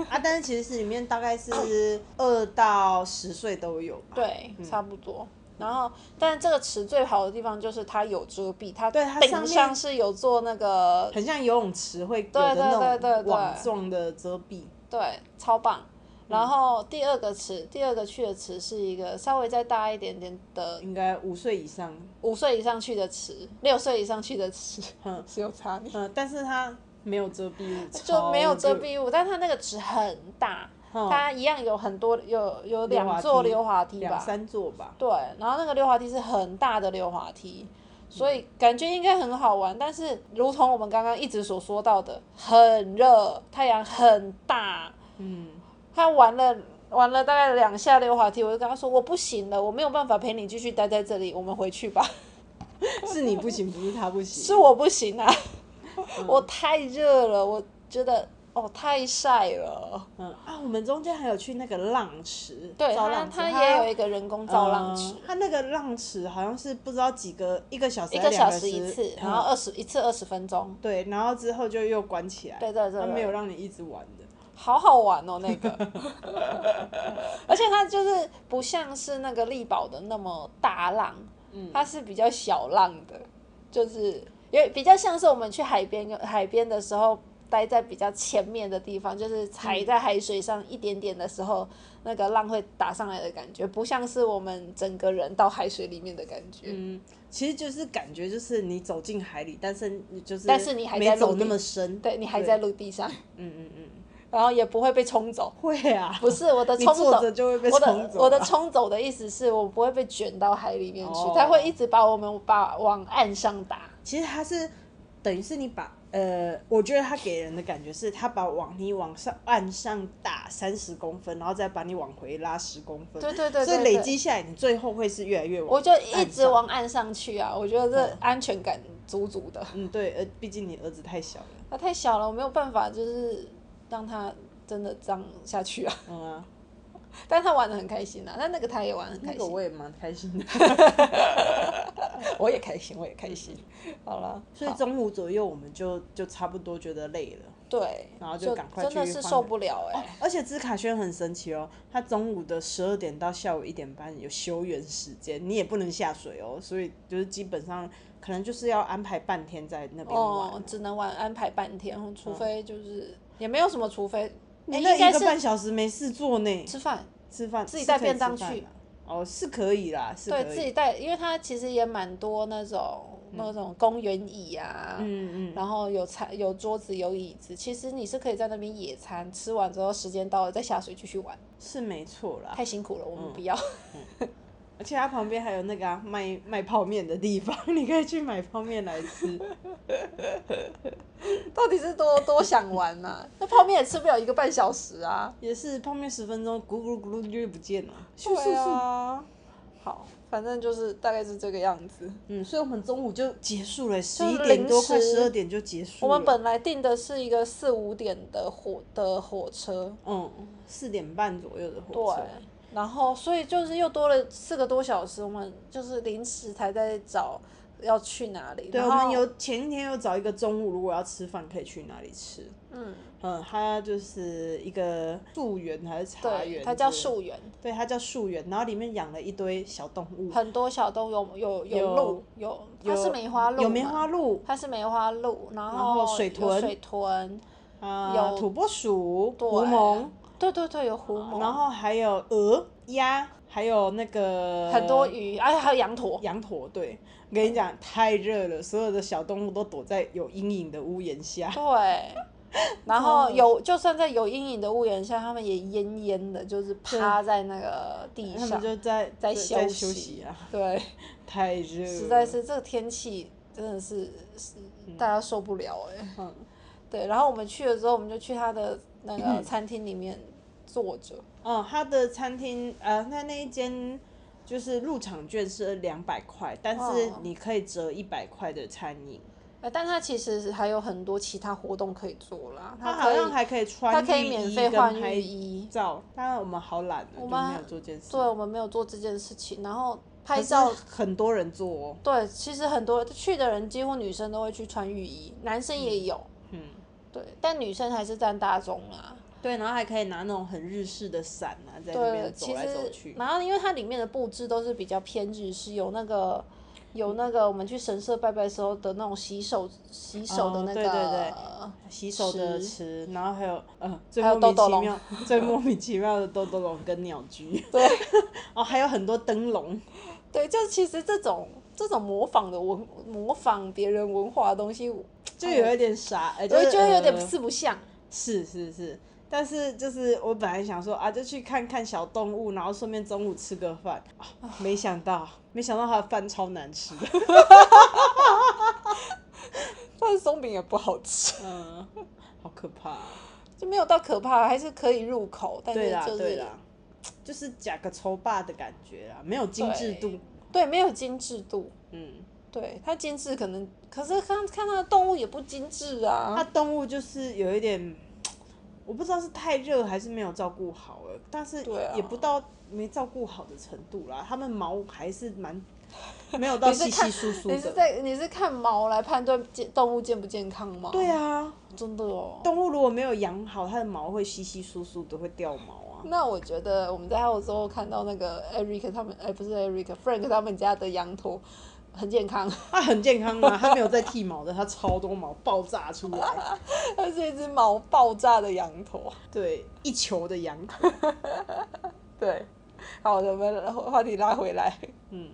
Speaker 1: 啊，但是其实里面大概是 二到十岁都有吧。
Speaker 2: 对，差不多。然后，但这个池最好的地方就是它有遮蔽，它
Speaker 1: 对它上
Speaker 2: 顶
Speaker 1: 面
Speaker 2: 上是有做那个，
Speaker 1: 很像游泳池会有
Speaker 2: 对
Speaker 1: 的
Speaker 2: 对
Speaker 1: 那
Speaker 2: 对对
Speaker 1: 种
Speaker 2: 对
Speaker 1: 网状的遮蔽，
Speaker 2: 对，超棒。
Speaker 1: 嗯
Speaker 2: 然后第二个池，第二个去的池是一个稍微再大一点点的，
Speaker 1: 应该五岁以上。
Speaker 2: 五岁以上去的池，六岁以上去的池，
Speaker 1: 嗯
Speaker 2: 是有差别。
Speaker 1: 嗯，但是它没有遮蔽物，
Speaker 2: 就没有遮
Speaker 1: 超热。
Speaker 2: 蔽物，但它那个池很大，
Speaker 1: 嗯
Speaker 2: 它一样有很多有有
Speaker 1: 溜滑
Speaker 2: 两
Speaker 1: 梯
Speaker 2: 座溜滑梯
Speaker 1: 两
Speaker 2: 吧，
Speaker 1: 三座吧，
Speaker 2: 对，然后那个溜滑梯是很大的溜滑梯，所以感觉应该很好玩，但是如同我们刚刚一直所说到的，很热，太阳很大，
Speaker 1: 嗯，
Speaker 2: 他玩了。玩了大概两下溜滑梯，我就跟他说我不行了，我没有办法陪你继续待在这里，我们回去吧。
Speaker 1: 是你不行，不是他不行，
Speaker 2: 是我不行啊，我太热了，我觉得哦太晒了。
Speaker 1: 嗯啊，我们中间还有去那个浪池，
Speaker 2: 对，
Speaker 1: 造
Speaker 2: 它
Speaker 1: 浪池，
Speaker 2: 它也有一个人工造浪池，
Speaker 1: 嗯它那个浪池好像是不知道几个一个小时，
Speaker 2: 一个小时一次，然后
Speaker 1: 嗯
Speaker 2: 二十一次二十分钟。
Speaker 1: 对，然后之后就又关起来。
Speaker 2: 对对对
Speaker 1: 它
Speaker 2: 对
Speaker 1: 没有让你一直玩的。
Speaker 2: 好好玩哦，那个， 而且它就是不像是那个力宝的那么大浪，
Speaker 1: 嗯
Speaker 2: 它是比较小浪的，就是有比较像是我们去海边海边的时候。待在比较前面的地方，就是踩在海水上一点点的时候，那个浪会打上来的感觉，不像是我们整个人到海水里面的感觉。
Speaker 1: 嗯，其实就是感觉就是你走进海里，但是你就是
Speaker 2: 但是你还在
Speaker 1: 没
Speaker 2: 陆
Speaker 1: 走
Speaker 2: 地
Speaker 1: 那么深。
Speaker 2: 对你还
Speaker 1: 对
Speaker 2: 在陆地上，
Speaker 1: 嗯嗯嗯，
Speaker 2: 然后也不会被冲走。
Speaker 1: 会啊，
Speaker 2: 不是我的
Speaker 1: 你
Speaker 2: 冲走，
Speaker 1: 坐着就会被
Speaker 2: 我
Speaker 1: 冲
Speaker 2: 的
Speaker 1: 走啊。
Speaker 2: 我的冲走的意思是我不会被卷到海里面去
Speaker 1: 哦，
Speaker 2: 它会一直把我们把往岸上打。
Speaker 1: 其实它是等于是你把呃，我觉得他给人的感觉是他把往你往上岸上打三十公分，然后再把你往回拉十公分，
Speaker 2: 对对对对
Speaker 1: 所以
Speaker 2: 对
Speaker 1: 累积下来，你最后会是越来越往。
Speaker 2: 我就一直往岸上去啊，我觉得这安全感足足的。
Speaker 1: 嗯，对，呃，毕竟你儿子太小了，
Speaker 2: 他太小了，我没有办法，就是让他真的这样下去啊。
Speaker 1: 嗯啊，
Speaker 2: 但他玩的很开心啊，但那个他也玩得很
Speaker 1: 那
Speaker 2: 开心，啊
Speaker 1: 个我也蛮开心 的。
Speaker 2: 我也开心，我也开 心。好了，
Speaker 1: 所以
Speaker 2: 好
Speaker 1: 中午左右我们就就差不多觉得累了。
Speaker 2: 对，
Speaker 1: 然后就
Speaker 2: 就
Speaker 1: 赶快
Speaker 2: 真的
Speaker 1: 去
Speaker 2: 是
Speaker 1: 换
Speaker 2: 受
Speaker 1: 了
Speaker 2: 不了哎、
Speaker 1: 哦，而且芝卡轩很神奇哦，他中午的十二点到下午一点半有休园时间，你也不能下水哦，所以就是基本上可能就是要安排半天在那边玩。嗯
Speaker 2: 哦，只能玩安排半天，除非就是、也没有什么，除非
Speaker 1: 你
Speaker 2: 哎
Speaker 1: 那
Speaker 2: 应该
Speaker 1: 一个
Speaker 2: 是
Speaker 1: 半小时没事做呢，
Speaker 2: 吃饭，
Speaker 1: 吃饭
Speaker 2: 自己
Speaker 1: 是
Speaker 2: 带
Speaker 1: 可以
Speaker 2: 便当
Speaker 1: 吃饭
Speaker 2: 去
Speaker 1: 啦哦，是可以啦，是可
Speaker 2: 对
Speaker 1: 以。
Speaker 2: 自己带，因为它其实也蛮多那种、那种公园椅啊，
Speaker 1: 嗯嗯，
Speaker 2: 然后有餐有桌子有椅子，其实你是可以在那边野餐，吃完之后时间到了再下水继续玩，
Speaker 1: 是没错啦。
Speaker 2: 太辛苦了，我
Speaker 1: 嗯
Speaker 2: 们不要。
Speaker 1: 而且它旁边还有那个、啊、卖卖泡面的地方， 你可以去买泡面来吃。
Speaker 2: 到底是多多想玩呐、 那泡面也吃不了一个半小时啊。
Speaker 1: 也是泡面十分钟，咕噜咕噜就不见了，咻咻
Speaker 2: 对
Speaker 1: 咻。
Speaker 2: 啊，好，反正就是大概是这个样子。
Speaker 1: 嗯，所以我们中午就结束了，十
Speaker 2: 是
Speaker 1: 一点多
Speaker 2: 临时
Speaker 1: 快十二点就结束
Speaker 2: 我
Speaker 1: 了。
Speaker 2: 们本来订的是一个四五点的火的火车，
Speaker 1: 嗯四点半左右的
Speaker 2: 对
Speaker 1: 火车，，
Speaker 2: 然后所以就是又多了四个多小时，我们就是临时才在找要去哪里。
Speaker 1: 对，
Speaker 2: 然
Speaker 1: 我
Speaker 2: 后
Speaker 1: 们有前一天有找一个中午，如果要吃饭可以去哪里吃？
Speaker 2: 嗯，
Speaker 1: 嗯，它就是一个树园还是茶
Speaker 2: 对，
Speaker 1: 园？
Speaker 2: 它叫，树园，
Speaker 1: 对，它叫树园，然后里面养了一堆小动物，
Speaker 2: 很多小动物有有有
Speaker 1: 有
Speaker 2: 鹿，有它是梅花鹿，
Speaker 1: 有梅，花鹿
Speaker 2: 它是梅花鹿，然
Speaker 1: 后水
Speaker 2: 有
Speaker 1: 豚
Speaker 2: 水豚，
Speaker 1: 啊，
Speaker 2: 有
Speaker 1: 土拨鼠、
Speaker 2: 对
Speaker 1: 狐獴，
Speaker 2: 对对对，有狐獴，
Speaker 1: 然后还有鹅、鸭，还有那个
Speaker 2: 很多鱼，哎，还有羊驼，
Speaker 1: 羊驼，对，我跟你讲，太热了，所有的小动物都躲在有阴影的屋檐下。
Speaker 2: 对。然后
Speaker 1: 真的
Speaker 2: 有，就算在有阴影的屋檐下，他们也恹恹的，就是趴在那个地
Speaker 1: 他们。
Speaker 2: 上
Speaker 1: 就在
Speaker 2: 在
Speaker 1: 休
Speaker 2: 休
Speaker 1: 休
Speaker 2: 息
Speaker 1: 息啊，
Speaker 2: 对，
Speaker 1: 太热了，
Speaker 2: 实在是这个天气真的是是大家受不了哎、
Speaker 1: 嗯，
Speaker 2: 对，然后我们去了之后，我们就去他的那
Speaker 1: 嗯
Speaker 2: 个餐厅里面坐着。
Speaker 1: 哦，他的餐厅呃，那那一间就是入场券是两百块，但是
Speaker 2: 哦
Speaker 1: 你可以折一百块的餐饮，
Speaker 2: 呃，但他其实还有很多其他活动可以做啦，
Speaker 1: 他
Speaker 2: 可
Speaker 1: 好像
Speaker 2: 以
Speaker 1: 还可以
Speaker 2: 他
Speaker 1: 穿
Speaker 2: 可以
Speaker 1: 浴
Speaker 2: 免
Speaker 1: 衣
Speaker 2: 费
Speaker 1: 跟
Speaker 2: 换
Speaker 1: 拍
Speaker 2: 浴衣，
Speaker 1: 照，当然我们好懒了，
Speaker 2: 我
Speaker 1: 就
Speaker 2: 们
Speaker 1: 没有做这件事。
Speaker 2: 对，我们没有做这件事情，然后拍
Speaker 1: 可是
Speaker 2: 照
Speaker 1: 很多人做哦，
Speaker 2: 对，其实很多去的人几乎女生都会去穿浴衣，男生也有，
Speaker 1: 嗯，
Speaker 2: 对，但女生还是占大啊宗啦。
Speaker 1: 对，然后还可以拿那种很日式的伞啊，在那
Speaker 2: 对，
Speaker 1: 边
Speaker 2: 呃其
Speaker 1: 走来走去
Speaker 2: 实。然后因为它里面的布置都是比较偏日式，有那个有那个我们去神社拜拜时候的那种洗手洗手的
Speaker 1: 哦
Speaker 2: 那
Speaker 1: 对
Speaker 2: 个，
Speaker 1: 洗手的池，然后还有呃最
Speaker 2: 还
Speaker 1: 莫
Speaker 2: 有豆
Speaker 1: 名其
Speaker 2: 豆龙
Speaker 1: 妙、 最莫名其妙的豆豆龙跟鸟居，
Speaker 2: 对哦
Speaker 1: 哦，还有很多灯笼，
Speaker 2: 对就其实这种这种模仿的文模仿别人文化的东西，我
Speaker 1: 就有一点傻，呃，就是
Speaker 2: 觉得有点
Speaker 1: 呃
Speaker 2: 四不像。
Speaker 1: 是是是，但是就是我本来想说啊，就去看看小动物，然后顺便中午吃个饭，啊没想到没想到他的饭超难 吃的，
Speaker 2: 但是松饼也不好吃，
Speaker 1: 嗯，好可怕啊、
Speaker 2: 就没有到可怕，还是可以入口，但是
Speaker 1: 对啦
Speaker 2: 就是
Speaker 1: 对啦，就是假个丑霸的感觉啦，没有精致
Speaker 2: 对
Speaker 1: 度，
Speaker 2: 对没有精致度。
Speaker 1: 嗯。
Speaker 2: 对它精致可能，可是看看它的动物也不精致啊。
Speaker 1: 它动物就是有一点，我不知道是太热还是没有照顾好了，但是
Speaker 2: 对啊
Speaker 1: 也不到没照顾好的程度啦。它们毛还是 蛮没有到
Speaker 2: 你是
Speaker 1: 稀稀
Speaker 2: 看
Speaker 1: 疏疏
Speaker 2: 你是
Speaker 1: 的。
Speaker 2: 在你是看毛来判断健动物健不健康吗？
Speaker 1: 对，啊，
Speaker 2: 真的哦。
Speaker 1: 动物如果没有养好，它的毛会稀稀疏疏的，会掉毛啊。
Speaker 2: 那我觉得我们在澳洲看到那个 Eric 他们，哎、不是 Eric，Frank 他们家的羊驼很健康，
Speaker 1: 它很健康啊，它没有在剃毛的，它超多毛爆炸出来，
Speaker 2: 它是一只毛爆炸的羊驼。
Speaker 1: 对，一球的羊驼。
Speaker 2: 对，好的，我们话题拉回来。
Speaker 1: 嗯，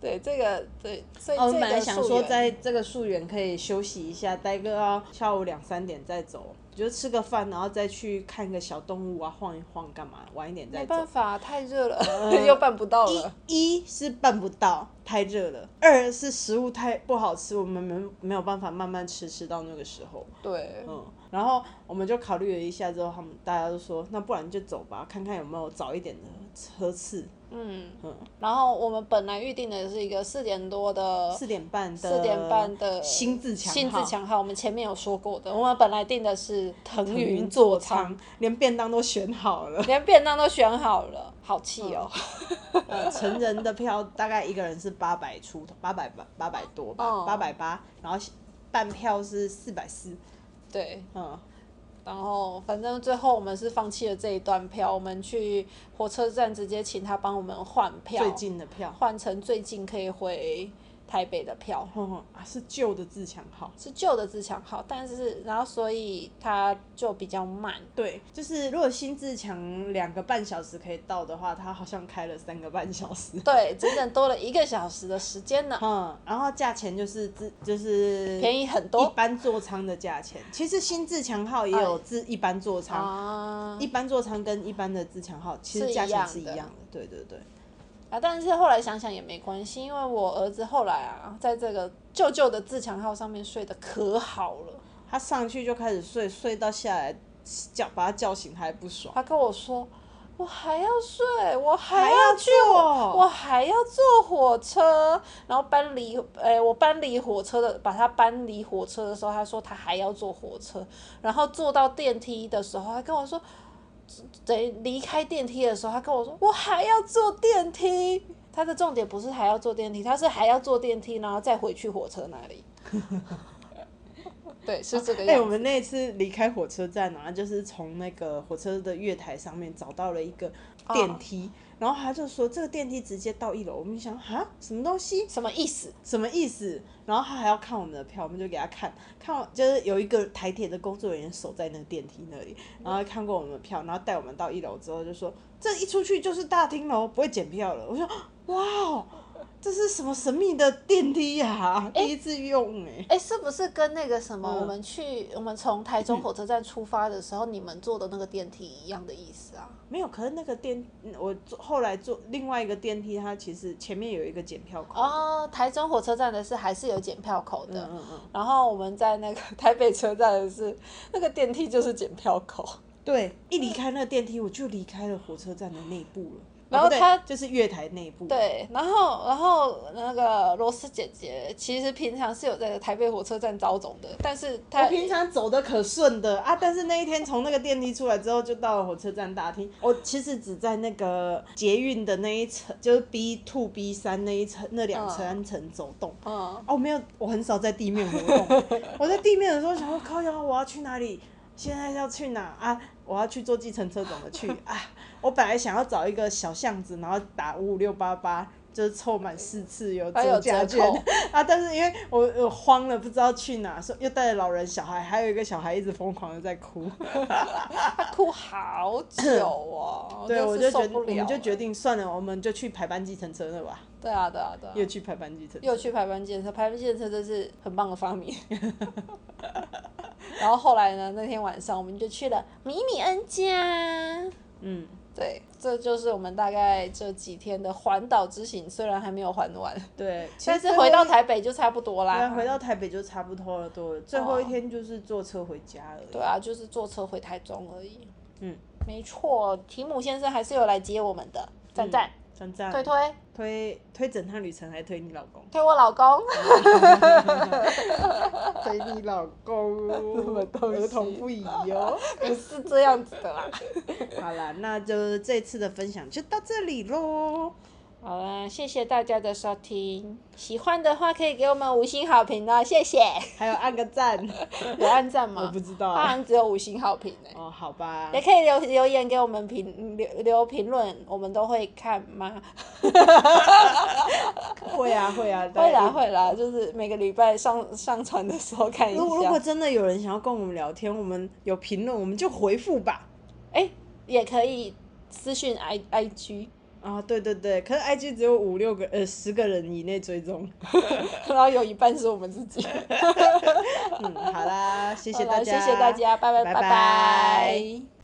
Speaker 2: 对，这个对，所以
Speaker 1: 哦，我
Speaker 2: 这
Speaker 1: 本来
Speaker 2: 个
Speaker 1: 想
Speaker 2: 溯
Speaker 1: 说
Speaker 2: 源、
Speaker 1: 啊在这个树园可以休息一下，待个到下午两三点再走。就是吃个饭，然后再去看个小动物啊，晃一晃干嘛，晚一点
Speaker 2: 没
Speaker 1: 再
Speaker 2: 办
Speaker 1: 走。
Speaker 2: 法，太热了，
Speaker 1: 呃
Speaker 2: 又办不到了。
Speaker 1: 一一是办不到，太热了；二是食物太不好吃，我们没没有办法慢慢吃，吃到那个时候。
Speaker 2: 对，
Speaker 1: 嗯，然后我们就考虑了一下之后，他们大家都说，那不然就走吧，看看有没有早一点的车次。
Speaker 2: 嗯
Speaker 1: 嗯，
Speaker 2: 然后我们本来预定的是一个四点多的
Speaker 1: 四点半的
Speaker 2: 四点半的
Speaker 1: 新自呃强
Speaker 2: 新
Speaker 1: 号
Speaker 2: 自强号，我们前面有说过的，我们本来订的是腾云
Speaker 1: 云
Speaker 2: 座
Speaker 1: 座
Speaker 2: 舱，
Speaker 1: 舱，连便当都选好了。
Speaker 2: 连便当都选好了，好
Speaker 1: 嗯
Speaker 2: 气哦。
Speaker 1: 呃，成人的票大概一个人是八百出头，八百八八百多吧，
Speaker 2: 哦
Speaker 1: 八百八，然后半票是四百四，
Speaker 2: 对，
Speaker 1: 嗯，
Speaker 2: 然后反正最后我们是放弃了这一段票，我们去火车站直接请他帮我们换票，
Speaker 1: 最近的票，
Speaker 2: 换成最近可以回台北的票。
Speaker 1: 哼哼啊，是旧的自强号。
Speaker 2: 是旧的自强号，但是然后所以它就比较慢，
Speaker 1: 对，就是如果新自强两个半小时可以到的话，它好像开了三个半小时。
Speaker 2: 对，整整多了一个小时的时间呢，
Speaker 1: 嗯，然后价钱就是自就是
Speaker 2: 便宜很
Speaker 1: 一
Speaker 2: 多
Speaker 1: 般座舱的价钱。其实新自强号也有自一般座舱，
Speaker 2: 哎啊
Speaker 1: 一般座舱跟一般的自强号其实
Speaker 2: 是一
Speaker 1: 价钱
Speaker 2: 样
Speaker 1: 是一
Speaker 2: 的
Speaker 1: 样的。对对对，
Speaker 2: 啊！但是后来想想也没关系，因为我儿子后来啊，在这个旧旧的自强号上面睡得可好了，
Speaker 1: 他上去就开始睡，睡到下来叫把他叫醒，他还不爽，
Speaker 2: 他跟我说。我还要睡，我还
Speaker 1: 还
Speaker 2: 要
Speaker 1: 要
Speaker 2: 去
Speaker 1: 坐
Speaker 2: 我还要坐火车，然后搬离，哎、我搬离火车的，把他搬离火车的时候，他说他还要坐火车，然后坐到电梯的时候，他跟我说，等离开电梯的时候，他跟我说我还要坐电梯。 他的重点不是还要坐电梯，他是还要坐电梯，然后再回去火车那里。 对，是这个
Speaker 1: 哎、
Speaker 2: 样
Speaker 1: 我
Speaker 2: 子。
Speaker 1: 们那一次离开火车站啊，就是从那个火车的月台上面找到了一个电梯，
Speaker 2: 啊
Speaker 1: 然后他就说这个电梯直接到一楼，我们就想啊什么东西，
Speaker 2: 什么意思？
Speaker 1: 什么意思？然后他还要看我们的票，我们就给他看，看完就是有一个台铁的工作人员守在那个电梯那里，然后看过我们的票，然后带我们到一楼之后就说这一出去就是大厅楼，不会检票了。我说哇哦，这是什么神秘的电梯呀、第一次用哎、
Speaker 2: 哎、是不是跟那个什么，
Speaker 1: 嗯
Speaker 2: 我们去我们从台中火车站出发的时候，你们坐的那个电梯一样的意思啊？
Speaker 1: 没有，可是那个电嗯我坐后来坐另外一个电梯，它其实前面有一个检票口。
Speaker 2: 哦，台中火车站的是还是有检票口
Speaker 1: 嗯
Speaker 2: 的，
Speaker 1: 嗯嗯，
Speaker 2: 然后我们在那个台北车站的是那个电梯就是检票口，
Speaker 1: 对，一离开那个电梯，我就离开了火车站的内部了。
Speaker 2: 然后
Speaker 1: 啊不对
Speaker 2: 它
Speaker 1: 就是月台内部。
Speaker 2: 对，然后然后那个罗斯姐姐其实平常是有在台北火车站招总的，但是她
Speaker 1: 我平常走的可顺的啊，但是那一天从那个电梯出来之后，就到了火车站大厅。我其实只在那个捷运的那一层，就是 B two B 三那一层那两
Speaker 2: 嗯
Speaker 1: 三层走动。
Speaker 2: 嗯，
Speaker 1: 哦，没有，我很少在地面活动。我在地面的时候想说，靠呀，我要去哪里？现在要去哪啊？我要去坐计程车，怎么去啊？我本来想要找一个小巷子，然后打五五六八八，就是凑满四次有
Speaker 2: 还有
Speaker 1: 折价
Speaker 2: 折
Speaker 1: 券
Speaker 2: 扣
Speaker 1: 啊。但是因为我我慌了，不知道去哪，所以又带着老人、小孩，还有一个小孩一直疯狂的在哭。
Speaker 2: 她哭好久哦，
Speaker 1: 对，
Speaker 2: 真
Speaker 1: 我
Speaker 2: 是
Speaker 1: 就
Speaker 2: 受
Speaker 1: 决定，
Speaker 2: 不
Speaker 1: 我
Speaker 2: 了欸
Speaker 1: 们就
Speaker 2: 了
Speaker 1: 决定算了，我们就去排班计程车了吧？
Speaker 2: 对啊对啊对啊，
Speaker 1: 又去排班计程车，
Speaker 2: 又去排班建设，排班建设真是很棒的发明。 然后后来呢，那天晚上我们就去了米米恩家。
Speaker 1: 嗯。
Speaker 2: 对，这就是我们大概这几天的环岛之行，虽然还没有环完，
Speaker 1: 对，
Speaker 2: 但
Speaker 1: 其
Speaker 2: 是
Speaker 1: 实
Speaker 2: 回
Speaker 1: 最后
Speaker 2: 到台北就差不多
Speaker 1: 哎对
Speaker 2: 啦
Speaker 1: 啊，。回到台北就差不多了，多了。最后一天就是坐车回家而已。
Speaker 2: 对啊，就是坐车回台中而已。
Speaker 1: 嗯，
Speaker 2: 没错，提姆先生还是有来接我们的，赞赞、
Speaker 1: 嗯赞赞
Speaker 2: 推推，
Speaker 1: 推推整趟旅程，还推你老公
Speaker 2: 推我 老公，
Speaker 1: 推你老 公，儿童不宜哦。
Speaker 2: 不是这样子的啦。
Speaker 1: 好啦，那就这次的分享就到这里喽。
Speaker 2: 好啦，谢谢大家的收听，喜欢的话可以给我们五星好评哦，谢谢。
Speaker 1: 还有按个赞，
Speaker 2: 有按赞吗？
Speaker 1: 我不知道
Speaker 2: 当然只有五星好评呢、
Speaker 1: 哦，好 吧
Speaker 2: 也。可以留留言给我们评留留评论，我们都会看吗？
Speaker 1: 会啊 会啊，
Speaker 2: 会啦
Speaker 1: 然。
Speaker 2: 会啦，就是每个礼拜上上传的时候看一
Speaker 1: 如如果
Speaker 2: 下。
Speaker 1: 真的有人想要跟我们聊天，我们有评论，我们就回复吧。
Speaker 2: 哎、也可以私讯 i i g，
Speaker 1: 啊，对对对，可是 IG 只有五六个呃十个人以内追踪。
Speaker 2: 然后有一半是我们自己。
Speaker 1: 嗯，好啦，谢
Speaker 2: 谢
Speaker 1: 谢大家，
Speaker 2: 谢谢大，家，拜拜
Speaker 1: 拜
Speaker 2: 拜
Speaker 1: 拜
Speaker 2: 拜